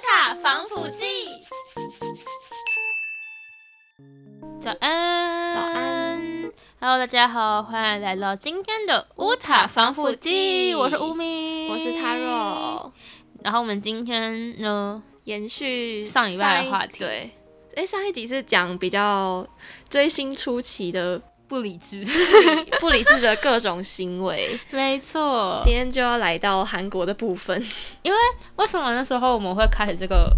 法防腐剂。早安，早安，Hello，大家好，欢迎来到今天的乌塔防腐剂，乌塔防腐剂我是乌咪，我是 Taro，然后我们今天呢，延续上礼拜的一话题对，哎，上一集是讲比较追星初期的 不理 智，不理智的各种 行为，没错今。天就要来到韩国的部分。为什么那时候我们会开始这个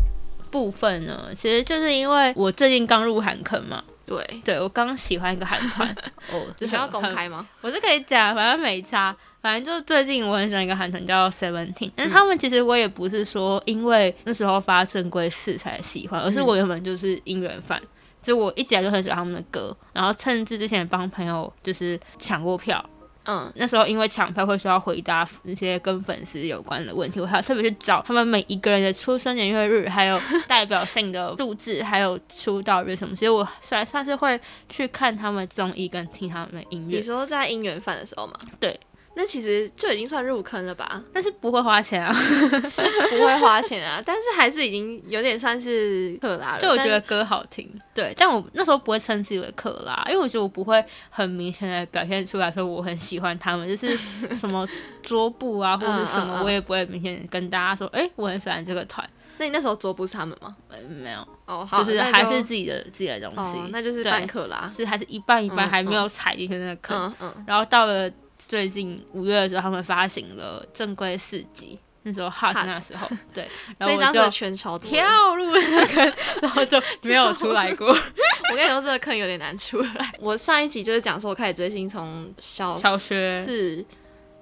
部分呢？其实就是因为我最近刚入韩坑嘛，对， 对我刚喜欢一个韩 团，哦，就你是需要公很开吗？我是可以讲，反正没差。反正就是最近我很喜欢一个韩团叫 Seventeen，但是他们其实我也不是说因为那时候发正规事才喜欢，而是我原本就是音乐fan，就我一直以来就很喜欢他们的歌，然后甚至之前帮朋友就是抢过票，嗯，那时候因为抢票会需要回答那些跟粉丝有关的问题，我还要特别去找他们每一个人的出生年月日，还有代表性的数字，还有出道日什么，所以我算算是会去看他们综艺跟听他们的音乐你。说在姻缘饭的时候嘛？对。那其实就已经算入坑 了吧，但是不会花钱啊，是不会花钱啊， 但是还是已经有点算是克拉了。就我觉得歌好听，对，但我那时候不会称自己为克拉，因为我觉得我不会很明显的表现出来说我很喜欢他们，就是 什么桌布啊或者是什嗯嗯么，嗯我也不会明显跟大家说，哎、我很喜欢这个团，但那你那时候桌不是他们吗？呃没有，哦，好，就是那还是自己的自己的东西，哦，那就是对半克拉。就是还是一半一半，嗯还没有踩进去那个坑。嗯嗯，然后到了最近五月的时候，他们发行了正规四辑，那时候 hot Hot 那时候， 对，然这后一张我的就全超多人跳入那个坑， 然后就没有出来过。我跟你说，这个坑有点难出来。 我上一集就是讲说，我开始追星从小小学四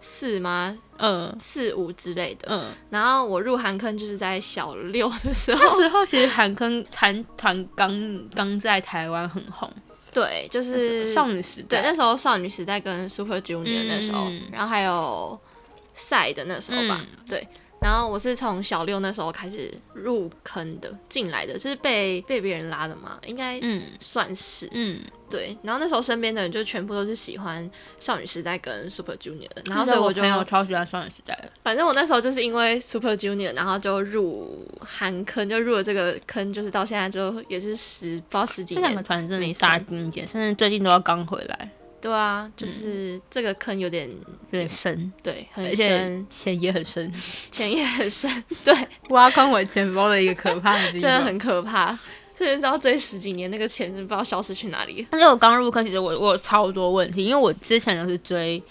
四吗？嗯四五之类的。嗯，然后我入韩坑就是在小六的时那候，时候其实韩坑韩团刚刚在台湾很红， 对，就是少女时代。对那时候少女时代跟 Super Junior 那时候，嗯然后还有赛的那时候吧，对。然后我是从小六那时候开始入坑的，进来的，就是被被别人拉的嘛，应该嗯算是。嗯，对，然后那时候身边的人就全部都是喜欢少女时代跟 Super Junior 的，然后那时所以候我我就朋友超喜欢少女时代的，反正我那时候就是因为 Super Junior，然后就入韩坑，就入了这个坑，就是到现在就也是十不知道十几这两个年。团真没的事大经典，甚至最近都要刚回来，对嗯啊，就是这个坑有点有点深，对，而很且深，钱也很深，钱也很深，对， 挖空我钱包的一个可怕的地方。真的很可怕。甚至知道追十几年，那个钱是不知道消失去哪里了。但是我刚入坑，其实我我有超多问题，因为我之前都是追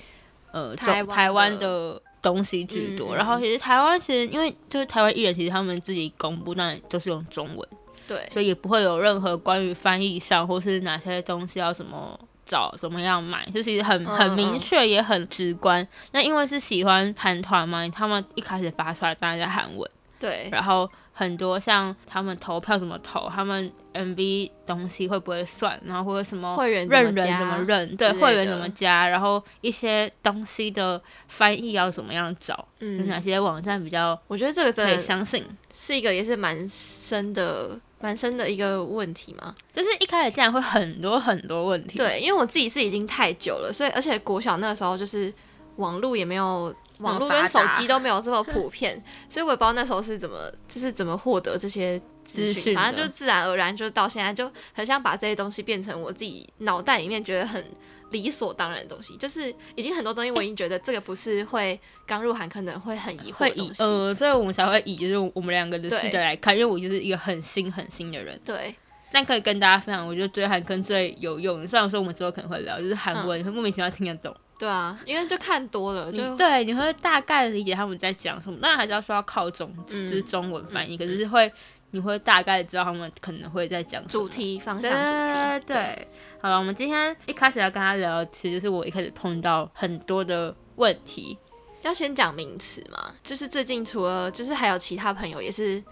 呃台台湾的台湾的东西居多，嗯嗯然后其实台湾其实因为就是台湾艺人，其实他们自己公布，但都是用中文，对，所以也不会有任何关于翻译上或是哪些东西要怎么。找怎么样买，就其实很嗯很明确，也很直观。那因为是喜欢韩团嘛，他们一开始发出来当然在韩文。对，然后很多像他们投票怎么投，他们 MV 东西会不会算，然后或者什么会员怎么认人加怎么认，对，之类的会员怎么加，然后一些东西的翻译要怎么样找，有哪嗯，些网站比较我觉得这个真可以的相信。是一个也是蛮深的、蛮深的一个问题嘛。就是一开始竟然会很多很多问题，，对，因为我自己是已经太久了，所以而且国小那个时候就是网络也没有，么网络发跟手达机都没有这么普遍，所以我也不知道那时候是怎么，就是怎么获得这些资资讯，讯反嗯的正就自然而然就到现在就很想把这些东西变成我自己脑袋里面觉得很。理所当然的东西，就是已经很多东西，我已经觉得这个不是会刚入韩坑的人会很疑惑会的以东西。呃，所以我们才会以就是我们两个的对视角来看，因为我就是一个很新很新的人，对，但可以跟大家分享，我觉得追韩坑最有用的。虽然说我们之后可能会聊，就是嗯韩文、会莫名其妙听得懂。对啊，因为就看多了，就你对，你会大概理解他们在讲什么。当然还是要说要靠中，就嗯是中文翻译，可是会你会大概知道他们可能会在讲什么主，题方对向主对题。对。好了，我们今天一开始要跟他聊，其实就是我一开始碰到很多的问题，要先讲名词嘛，就是最近除了就是还有其他朋友也是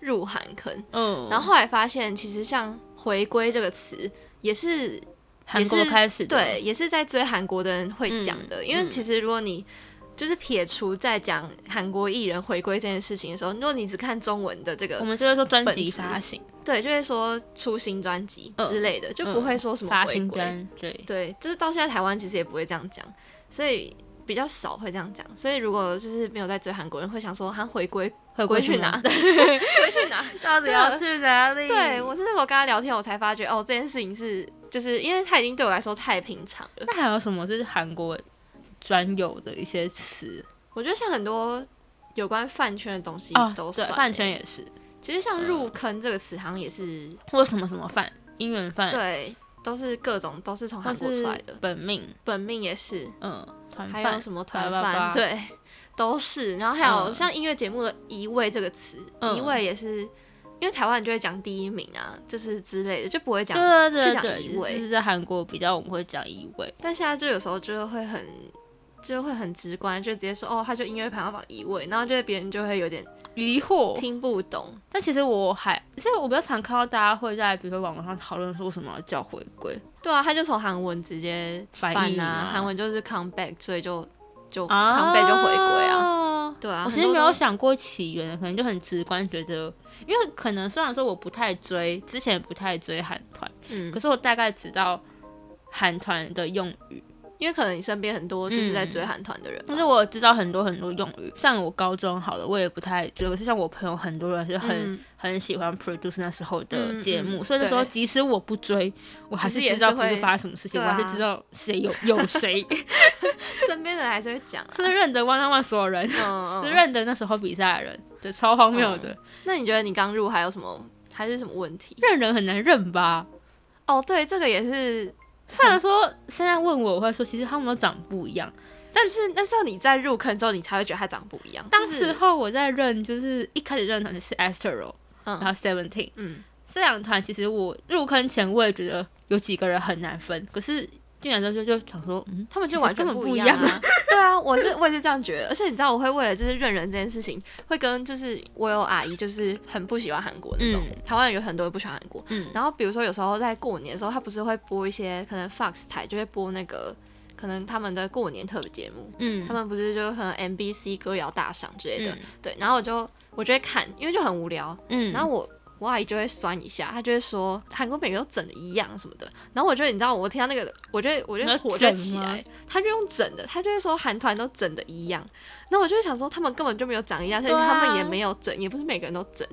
入韩坑，嗯，然后后来发现其实像“回归”这个词也是嗯韩国也是开始的对，也是在追韩国的人会讲的，嗯因为其实如果你就是撇除在讲韩国艺人回归这件事情的时候，如果你只看中文的这我个，们就会说专本辑质发行、对，就会说出新专辑嗯之类的，就不会说什么发回行归。专，对，对，就是到现在台湾其实也不会这样讲，所以比较少会这样讲，所以如果就是没有在追韩国人，会想说他回归回归归去去哪？哪？对，回去哪？ 到底要去哪里？ 对我是那时候跟他聊天，我才发觉哦，这件事情是就是因为他已经对我来说太平常了。那还有什么是韩国专有的一些词我觉得像很多有关饭圈的东西都哦对算、，欸饭圈。也是，其实像入坑这个词，好像也是、或什么什么饭，姻缘饭，，对，都是各种都是从嗯或韩国出来是的，本命，本命也是，嗯，团还有饭，什么巴团拉巴饭， 拉对，都是。然后还有嗯像音乐节目的“一位”这个词，“嗯一位”也是，因为台湾人就会讲第一名啊，就是之类的，就不会讲。对就对讲对一位对，就是在韩国比较我们会讲一位，但现在就有时候就会很，就会很直观，就直接说哦，他就音乐排行榜一位，然后就会别人就会有点疑惑，听不懂。但其实我还，其实我比较常看到大家会在比如说网络上讨论说为什么要叫回归对啊，他就从韩文直接翻翻译啊嘛，韩文就是 come back，所以就就 come back 哦就回归啊。啊。对啊，我很其实多没有东想过起源，可能就很直观觉得，因为可能虽然说我不太追，之前不太追韩团，可嗯，是我大概知道韩团的用语，因为可能你身边很多就是在嗯追韩团的人吧，但是我知道很多很多用语。像我高中好了，我也不太追，可是像我朋友很多人是很、嗯 很喜欢 produce 那时候嗯的节目，嗯所以那时候对即使我不追，我还其实是也知道是不会是发生什么事情，对我啊还是知道谁有有 谁，身边的人还是会讲啊。是认得 one on one 所有人，嗯，是嗯认得那时候比赛的人，对，超荒谬的，那你觉得你刚入还有什么还是什么问题？认人很难认吧？哦，对，这个也是，虽然说现在问我，我会说其实他们都长不一样。但是那是要你在入坑之后，你才会觉得他长不一样。当就是时候我在认，就是一开始认团是 Astro，嗯然后 Seventeen 嗯，这两团，其实我入坑前我也觉得有几个人很难分，可是进来之后就就想说，嗯，他们其就实完全根本一一样样。啊。 对啊，我是我也是这样觉得。而且你知道，我会为了就是认人这件事情，会跟就是我有阿姨就是很不喜欢韩国那种，嗯台湾人有很多人不喜欢韩国。嗯，然后比如说有时候在过年的时候，他不是会播一些可能 Fox 台就会播那个可能他们的过年特别节目，嗯他们不是就可能 MBC 歌谣大赏之类的，嗯对，然后我就我就会看，因为就很无聊，嗯，然后我我阿姨就会酸一下，她就会说韩国每个都整的一样什么的，然后我就你知道我听到那个，我就会我就你要火就整起吗来，她就用整的，她就会说韩团都整的一样，那我就会想说他们根本就没有长一样，而且对啊他们也没有整，也不是每个人都整，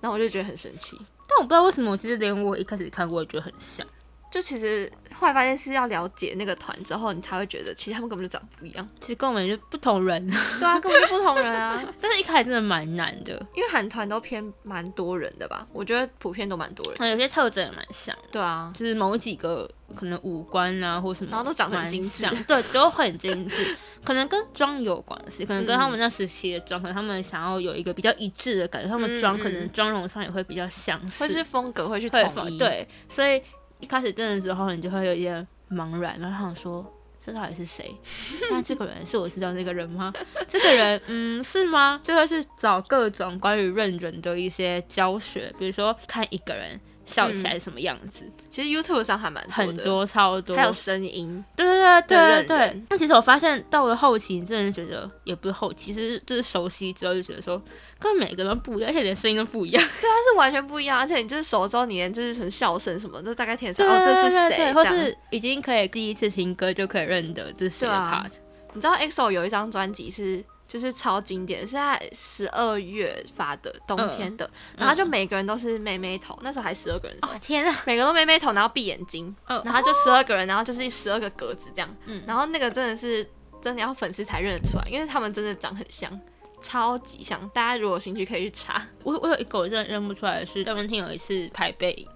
然后我就觉得很生气。但我不知道为什么，其实连我一开始看我也觉得很像。就其实后来发现是要了解那个团之后，你才会觉得其实他们根本就长不一样。其实跟我们就不同人， 对啊，根本就不同人啊。但是一开始真的蛮难的，因为韩团都偏蛮多人的吧，我觉得普遍都蛮多人。有些特征也蛮像，对啊，就是某几个可能五官啊或什么，然后都长得很精致蛮像，对，都很精致， 可能跟妆有关系，可能跟他们那时期的妆，可能他们想要有一个比较一致的感觉，他们妆嗯嗯可能妆容上也会比较相似，或是风格会去对统一。对，所以一开始认的时候，你就会有一点茫然，然后想说。这到底是谁？ 那这个人是我知道那个人吗？ 这个人，嗯，是吗？就会去找各种关于认人的一些教学，比如说看一个人笑嗯起来是什么样子，其实 YouTube 上还蛮多的很多超多，还有声音，对对对对的认对人。那其实我发现到了后期，你真的觉得也不是后期，其实就是熟悉之后就觉得说，跟每个人都不一样，而且连声音都不一样。但是完全不一样。而且你就是熟了之后，你连就是很笑声什么，就大概听得出对来哦，这是对谁对对这或样。是已经可以第一次听歌就可以认得这是谁的对啊 part。你知道 EXO 有一张专辑是。就是超经典，是在十二月发的，冬嗯天的，然后就每个人都是妹妹头，那时候还十二个人的时候哦天啊，每个都妹妹头，然后闭眼睛，嗯然后就十二个人，然后就是十二个格子这样，嗯然后那个真的是真的要粉丝才认得出来，因为他们真的长很像，超级像，大家如果有兴趣可以去查我我有一个我真的认不出来的是，他们听有一次排背影，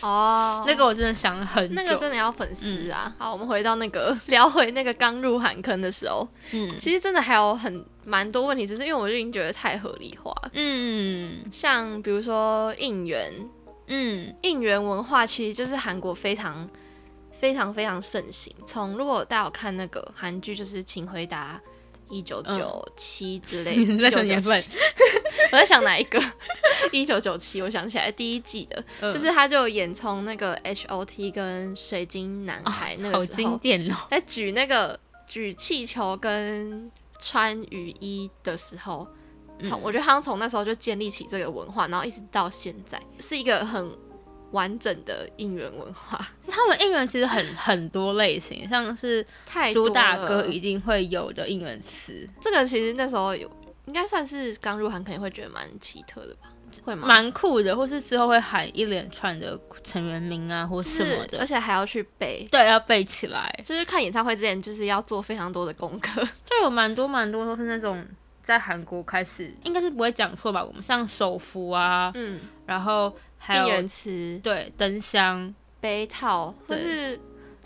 哦那个我真的想了很久。嗯那个真的要粉丝啊！好，我们回到那个聊回那个刚入韩坑的时候，嗯其实真的还有很蛮多问题，只是因为我就已经觉得太合理化了，嗯像比如说应援，嗯应援文化其实就是韩国非常非常非常盛行。从如果大家有看那个韩剧，就是《请回答一九九七》之类的，嗯 你在想年份1997 我在想哪一个？ 一九九七，我想起来第一季的，嗯就是他就有演从那个 H O T 跟水晶男孩那哦好个时候，经典哦。在举那个举气球跟穿雨衣的时候，嗯从、我觉得他从那时候就建立起这个文化，然后一直到现在是一个很完整的应援文化， 他们应援其实很很多类型，像是太主多打了歌一定会有的应援词，这个其实那时候有，应该算是刚入行，可能会觉得蛮奇特的吧？会吗？蛮酷的，或是之后会喊一连串的成员名啊或就什么是而的，且还要去背，对，要背起来。就是看演唱会之前，就是要做非常多的功课。就有蛮多蛮多都是那种在韩国开始，应该是不会讲错吧？我们像手幅啊， 嗯，然后还应有援词、对灯箱，杯套，或对是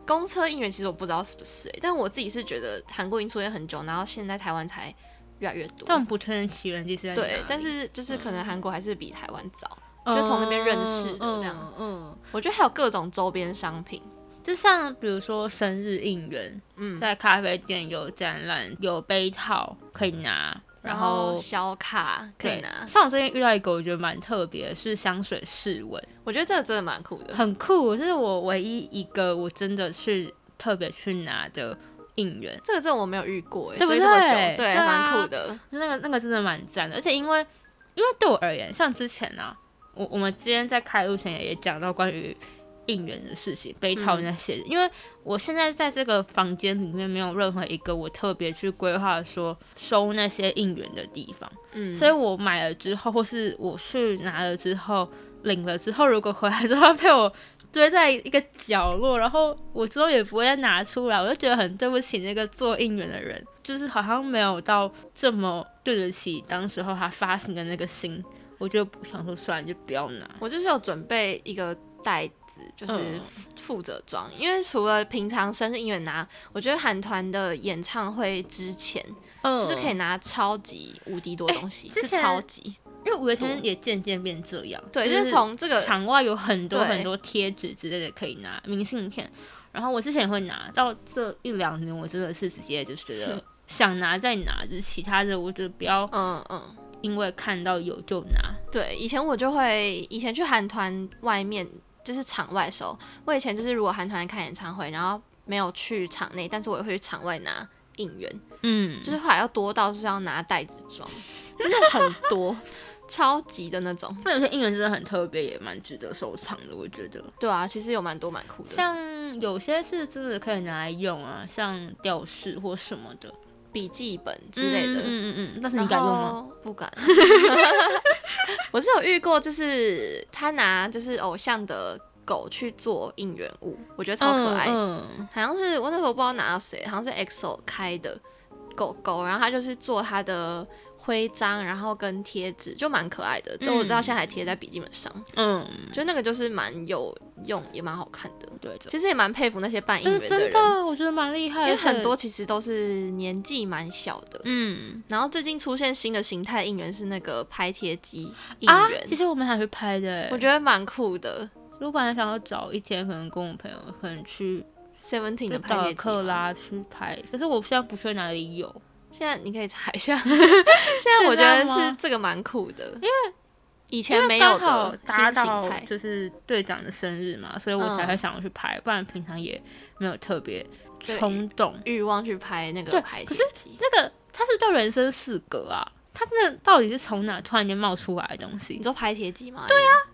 公车应援，其实我不知道是不是欸、但我自己是觉得韩国已经出现很久，然后现在台湾才越来越多。但我们不确认起源地是在哪里啊对，但是就是可能韩国还是比台湾早。就从那边认识的这样嗯嗯，我觉得还有各种周边商品，嗯就像比如说生日应援，嗯，在咖啡店有展览，有杯套可以拿，然后。小卡可以对拿。像我最近遇到一个我觉得蛮特别的，是香水试闻，我觉得这个真的蛮酷的。很酷，这是我唯一一个我真的去特别去拿的应援。这个真的我没有遇过、欸，对不所以这么久，对对，对啊蛮酷的。那个那个真的蛮赞的，而且因为因为对我而言，像之前啊，我我们今天在开录前也讲到关于应援的事情，杯套那些，因为我现在在这个房间里面没有任何一个我特别去规划说收那些应援的地方，嗯，所以我买了之后，或是我去拿了之后，领了之后，如果回来之后被我。堆在一个角落，然后我之后也不会再拿出来，我就觉得很对不起那个做应援的人，就是好像没有到这么对得起当时候他发行的那个心，我就想说算了，就不要拿。我就是有准备一个袋子，就是嗯负责装，因为除了平常生日应援拿，我觉得韩团的演唱会之前、嗯哎就是可以，拿超级无敌多东西，之是前超级因为五月天也渐渐变这样，对，就是从这个场外有很多对很多贴纸之类的可以拿，明信片。然后我之前也会拿到这一两年，我真的是直接就是觉得是想拿再拿，就是其他的我就不要嗯嗯。因为看到有就拿。对，以前我就会，以前去韩团外面就是场外收。我以前就是如果韩团看演唱会，然后没有去场内，但是我也会去场外拿应援，嗯，就是后来要多到是要拿袋子装，真的很多， 超级的那种。那有些应援真的很特别，也蛮值得收藏的，我觉得。对啊，其实有蛮多蛮酷的，像有些是真的可以拿来用啊，像吊饰或什么的笔记本之类的。嗯嗯嗯嗯，但是你敢用吗？然后？不敢。 我是有遇过，就是他拿就是偶像的狗去做应援物，我觉得超可爱的。嗯嗯好像是我那时候不知道拿到谁，好像是 EXO 开的狗狗，然后它就是做它的徽章，然后跟贴纸，就蛮可爱的。就我到现在还贴在笔记本上，嗯，就那个就是蛮有用，也蛮好看的。对，其实也蛮佩服那些办应但援是的真人，的，我觉得蛮厉害因的，为很多其实都是年纪蛮小的。嗯然后最近出现新的形态应援是那个拍贴机应啊援，，其实我们还去拍的欸，我觉得蛮酷的。我本来想要找一天，可能跟我朋友可能去 Seventeen 的就拍找贴机克吗，拉去拍，可是我现在不确定哪里有。现在你可以查一下。 现在我觉得是这个蛮酷的，因为以前没刚有好的新搭形到态。就是队长的生日嘛，所以我才嗯会想要去拍，不然平常也没有特别冲动。欲望去拍那个对拍可贴机，那个它是叫人生四格啊，它那到底是从哪突然间冒出来的东西你？说拍贴机吗？对啊呀、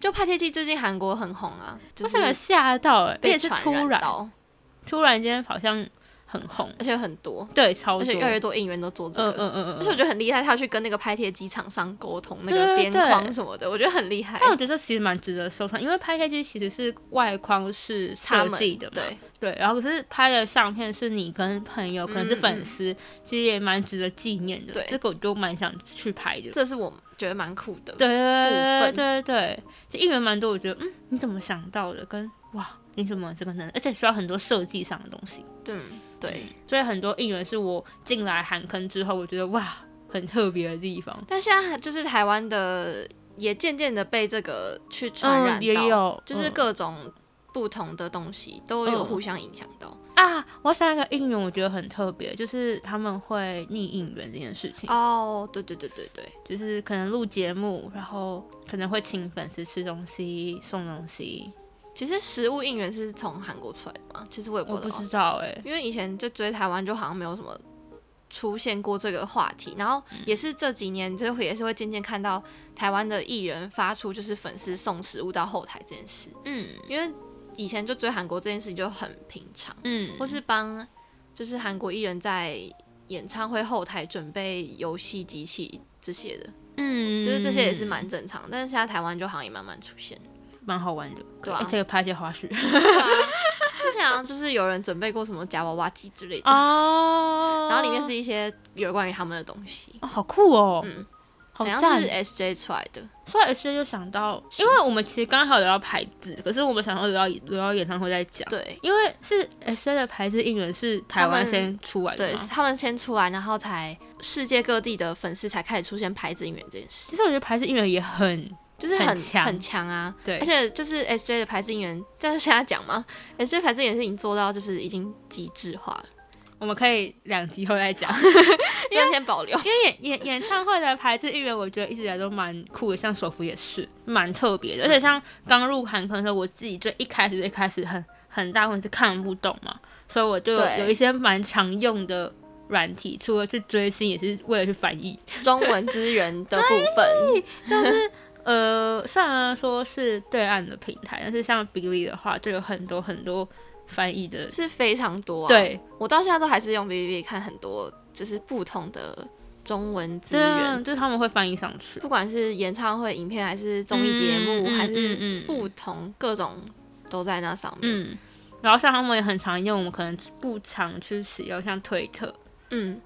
就拍贴机最近韩国很红啊，就我是整个吓到哎、欸，而被且是传突染然到，突然间好像很红，而且很多，对，超而多，且越来越多应援都做这嗯嗯个。嗯嗯嗯，而且我觉得很厉害，他要去跟那个拍贴机厂商沟通那对个对边对框什么的，我觉得很厉害。但我觉得这其实蛮值得收藏，因为拍贴机其实是外框是他设们计的嘛，对，对然后可是拍的相片是你跟朋友，可能是嗯粉丝，其实也蛮值得纪念的。对这个我就蛮想去拍的。这是我觉得蛮酷的。对对部分对对对，这应援蛮多，我觉得嗯，你怎么想到的？跟哇，你怎么有这个能力？而且需要很多设计上的东西。对嗯对，所以很多应援是我进来韩坑之后，我觉得哇，很特别的地方。但现在就是台湾的也渐渐的被这个去传染到，嗯也有，就是嗯各种不同的东西都有互相影响到。啊，我想到一个应援，我觉得很特别，就是他们会逆应援这件事情，哦，对对对对对，就是可能录节目，然后可能会请粉丝吃东西、送东西，其实食物应援是从韩国出来的嘛，其实我也我不知不道，知道哎、因为以前就追台湾就好像没有什么出现过这个话题，然嗯后也是这几年就会也是会渐渐看到台湾的艺人发出就是粉丝送食物到后台这件事，嗯因为以前就追韩国这件事情就很平常，嗯，或是帮就是韩国艺人在演唱会后台准备游戏机器这些的，嗯，就是这些也是蛮正常，但是现在台湾就好像也慢慢出 现。蛮好玩的，对啊诶这个拍一些花絮对啊之前好像就是有人准备过什么夹娃娃机之类的，哦 然后里面是一些有关于他们的东西，哦，好酷哦，嗯好好像赞欸是。SJ 欸出来的。说到 S J 就想到，因为我们其实刚好有到牌子，可是我们想说有到有到演唱会再讲，对因为是 S J 的牌子应援是台湾他们先出来的对，嘛是他们先出来，然后才世界各地的粉丝才开始出现牌子音乐这件事，其实我觉得牌子应援也很就是很很强很强啊。对而，且就是 SJ 的牌子音源，这是现在讲吗？SJ 牌子音源是已经做到就是已经极致化了，我们可以两集后再讲。这样先保留。 因为演演演唱会的牌子艺人，我觉得一直以来都蛮酷的，像首福也是蛮特别的。而且像刚入韩坑的时候，我自己最一开始最开始很很大部分是看不懂嘛，所以我就对有一些蛮常用的软体，除了去追星，也是为了去翻译。中文资源的部分，呃，虽然说是对岸的平台，但是像比利的话，就有很多很多翻译的。是非常多、啊。，对，我到现在都还是用 B B B 看很多，就是不同的中文资对啊，源，就是他们会翻译上去。不管是演唱会、影片，还是综艺节嗯目，嗯还嗯是嗯不同各种都在那上面。嗯，然后像他们也很常用，我们可能不常去使用，像推特，嗯，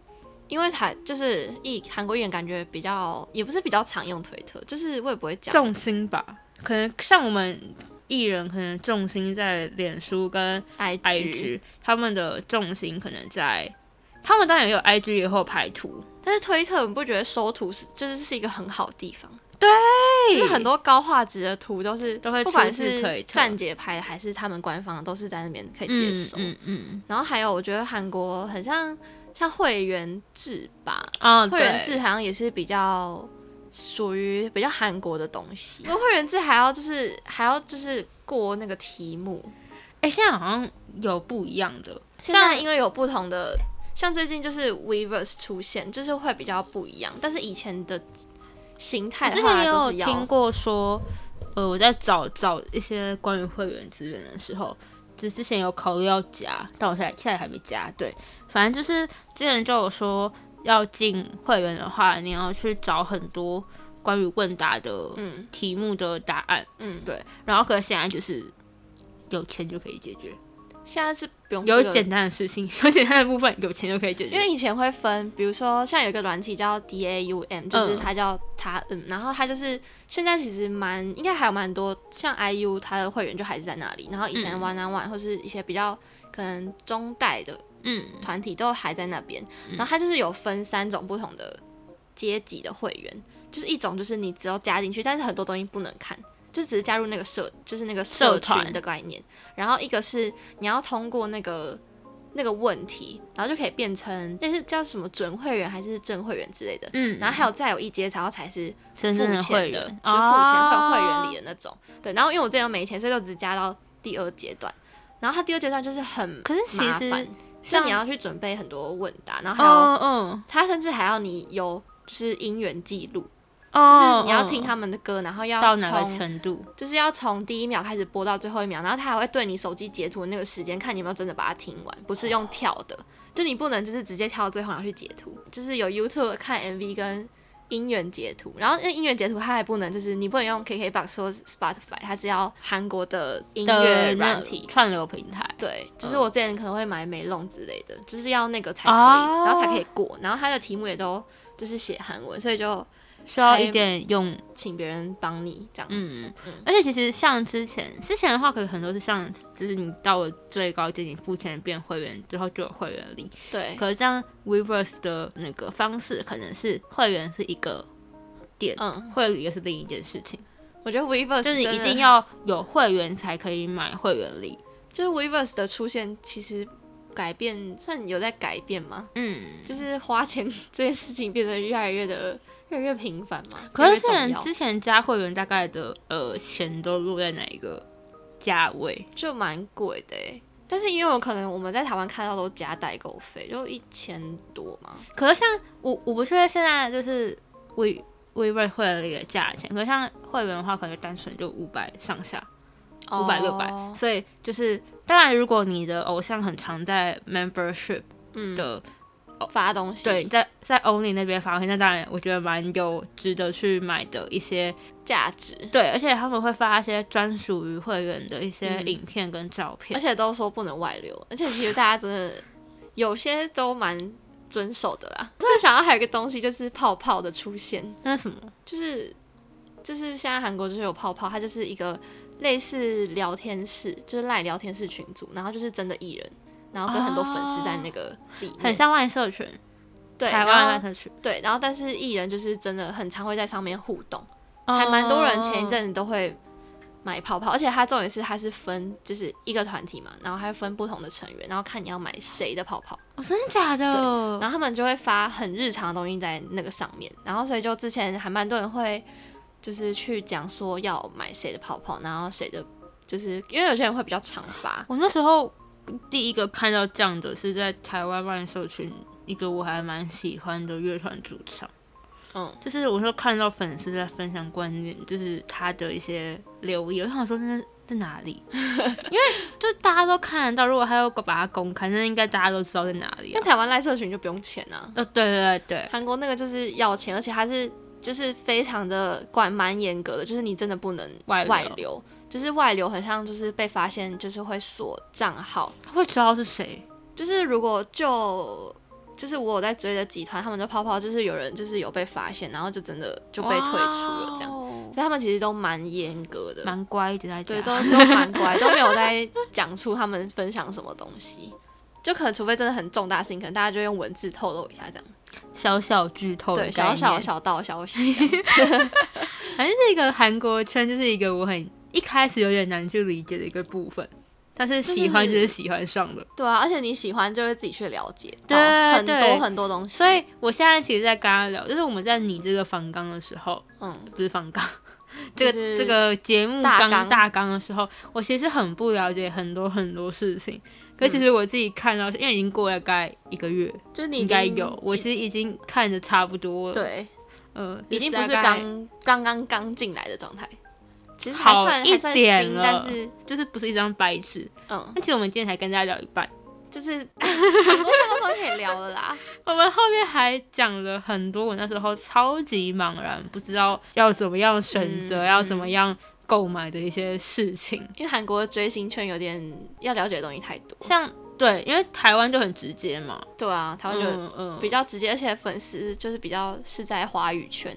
因为台就是一韩国艺人感觉比较，也不是比较常用推特，就是我也不会讲。重心吧，可能像我们艺人，可能重心在脸书跟 IG, IG，他们的重心可能在，他们当然也有 IG 也有排图，但是推特你不觉得收图是就是是一个很好的地方？对就是很多高画质的图都是都会不管出自推是特站姐拍的还是他们官方的，都是在那边可以接受。嗯嗯，然后还有我觉得韩国很像像会员制吧，啊，会员制对好像也是比较属于比较韩国的东西。不过会员制还要就是还要就是过那个题目，哎，现在好像有不一样的，现在因为有不同的，像最近就是 Weverse 出现，就是会比较不一样。但是以前的形态我之的前话，也都有是听要过说，呃，我在找找一些关于会员资源的时候，就之前有考虑要加，但我现在现在还没加。对，反正就是之前就有说，要进会员的话，你要去找很多关于问答的嗯题目的答案，嗯，对。然后可是现在就是有钱就可以解决，现在是不用有嗯这个简单的事情， 有简单的部分，有钱就可以解决。因为以前会分，比如说像有一个软体叫 DAUM，就是嗯它叫它嗯，然后它就是现在其实蛮应该还有蛮多，像 IU 它的会员就还是在那里，然后以前嗯 One on One 或是一些比较可能中代的嗯团体都还在那边，然后它就是有分三种不同的阶级的会员，就是一种就是你只要加进去，但是很多东西不能看，就只是加入那个社，就是那个社社团群的概念。然后一个是你要通过那个那个问题，然后就可以变成那是叫什么准会员还是正会员之类的。嗯，然后还有再有一阶，然后才是真付正的钱会的，员哦就，付钱会有会员礼的那种。对，然后因为我之前都没钱，所以就只加到第二阶段。然后它第二阶段就是很可是其麻实烦，就像你要去准备很多问答，然后还有、哦嗯，他甚至还要你有就是音源记录，就是哦你要听嗯他们的歌，然后到要哪个从程度？就是要从第一秒开始播到最后一秒，然后他还会对你手机截图的那个时间看你有没有真的把它听完，不是用跳的，就你不能就是直接跳到最后然后去截图，就是有 YouTube 看 MV 跟。音源截图，然后那音源截图它还不能，就是你不能用 KKBox 或 Spotify，它是要韩国的音乐的软体。串流平台。对，就是我之前可能会买美弄之类的，就是要那个才可以，哦然后才可以过。然后它的题目也都就是写韩文，所以就需要还一点用，请别人帮你这样。嗯嗯，而且其实像之前之前的话，可能很多是像，就是你到了最高阶，你付钱变会员之后就有会员礼。对，可是像 Weverse 的那个方式，可能是会员是一个点，嗯，会员礼又是另一件事情，我觉得 Weverse 就是你真一的定，要有会员才可以买会员礼。就是 Weverse 的出现其实改变算有在改变吗？嗯，就是花钱这件事情变得越来越的越来越频繁嘛。可是之越来越重前要之前加会员大概的呃钱都落在哪一个价位？就蛮贵的欸，但是因为有可能我们在台湾看到都加代购费，就一千多嘛。可是像我，我不确定现在就是微微瑞会员的一个价钱，可是像会员的话，可能单纯就五百上下，五百六百哦，所以就是当然，如果你的偶像很常在 membership 嗯，的、发东西，对，在在 only 那边发挥，那当然我觉得蛮有值得去买的一些价值，对，而且他们会发一些专属于会员的一些嗯影片跟照片而，且都说不能外流，而且其实大家真的有些都蛮遵守的啦。突然想到还有一个东西，就是泡泡的出现，那是什么？嗯就是就是现在韩国就是有泡泡，它就是一个类似聊天室，就是赖聊天室群组，然后就是真的艺人，然后跟很多粉丝在那个里面，哦很像万社群，对，台然湾后万社群，对，然后但是艺人就是真的很常会在上面互动，还蛮多人哦前一阵子都会买泡泡，而且它重点是它是分就是一个团体嘛，然后还分不同的成员，然后看你要买谁的泡泡，哦，真的假的？然后他们就会发很日常的东西在那个上面，然后所以就之前还蛮多人会就是去讲说要买谁的泡泡，然后谁的就是因为有些人会比较常发，我那时候第一个看到这样的是在台湾万社群一个我还蛮喜欢的乐团主唱，嗯，就是我说看到粉丝在分享观念，就是他的一些留言，我想说那是在哪 里？因为就大家都看得到，如果他要把它公开，那应该大家都知道在哪里、因为啊。台湾赖社群就不用钱啊，呃，对对对对，韩国那个就是要钱，而且它是就是非常的管蛮严格的，就是你真的不能外流外流，就是外流很像就是被发现就是会锁账号，他会知道是谁。就是如果就就是我有在追的集团，他们的泡泡就是有人就是有被发现，然后就真的就被退出了这样，样所以他们其实都蛮严格的，哦蛮乖一直在家对，都都蛮乖，都没有在讲出他们分享什么东西。就可能，除非真的很重大事情，可能大家就用文字透露一下这样，小小剧透的对，概小念小小道消息这 样。反正这个韩国圈就是一个我很一开始有点难去理解的一个部分，但是喜欢就是喜欢上了。对啊，而且你喜欢就会自己去了解到对很多对很多东西，所以我现在其实，在跟他聊，就是我们在你这个访纲的时候，嗯，不是访纲，这就个是这个节目大纲纲大纲的时候，我其实很不了解很多很多事情。可其实我自己看到，因为已经过了大概一个月，就是你已应该经有，我其实已经看的差不多了。，对，呃，已经就不是大概刚刚刚刚进来的状态，其实还好算一还算点新，了但是就是不是一张白纸。嗯，那其实我们今天才跟大家聊一半，就是 很多很多可以聊了啦，我们后面还讲了很多，我那时候超级茫然，不知道要怎么样选择，嗯要怎么样购买的一些事情。因为韩国的追星圈有点要了解的东西太多，像对，因为台湾就很直接嘛，对啊，台湾就嗯嗯比较直接，而且粉丝就是比较是在华语圈，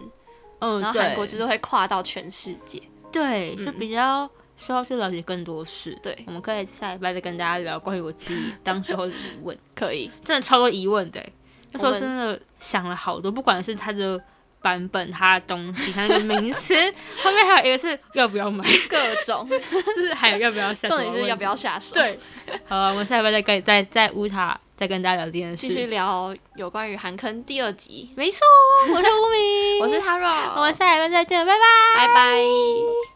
嗯，然后对韩国就是会跨到全世界，对，嗯就比较需要去了解更多事。对我，们可以下一拜再跟大家聊关于我自己当时候的疑 问，可以，真的超多疑问的欸、那时我候们真的想了好多，不管是它的版本、它的东西、它的名词， 后面还有一个是要不要买， 各 种，就是还有要不要下，重点就是要不要。下手，对， 好啊，我们下一拜再跟再在乌塔再跟大家聊这件事。继续聊有关于韩坑第二集。 没错，我是乌明，我是 Taro，我们下一拜再见，拜拜。拜拜。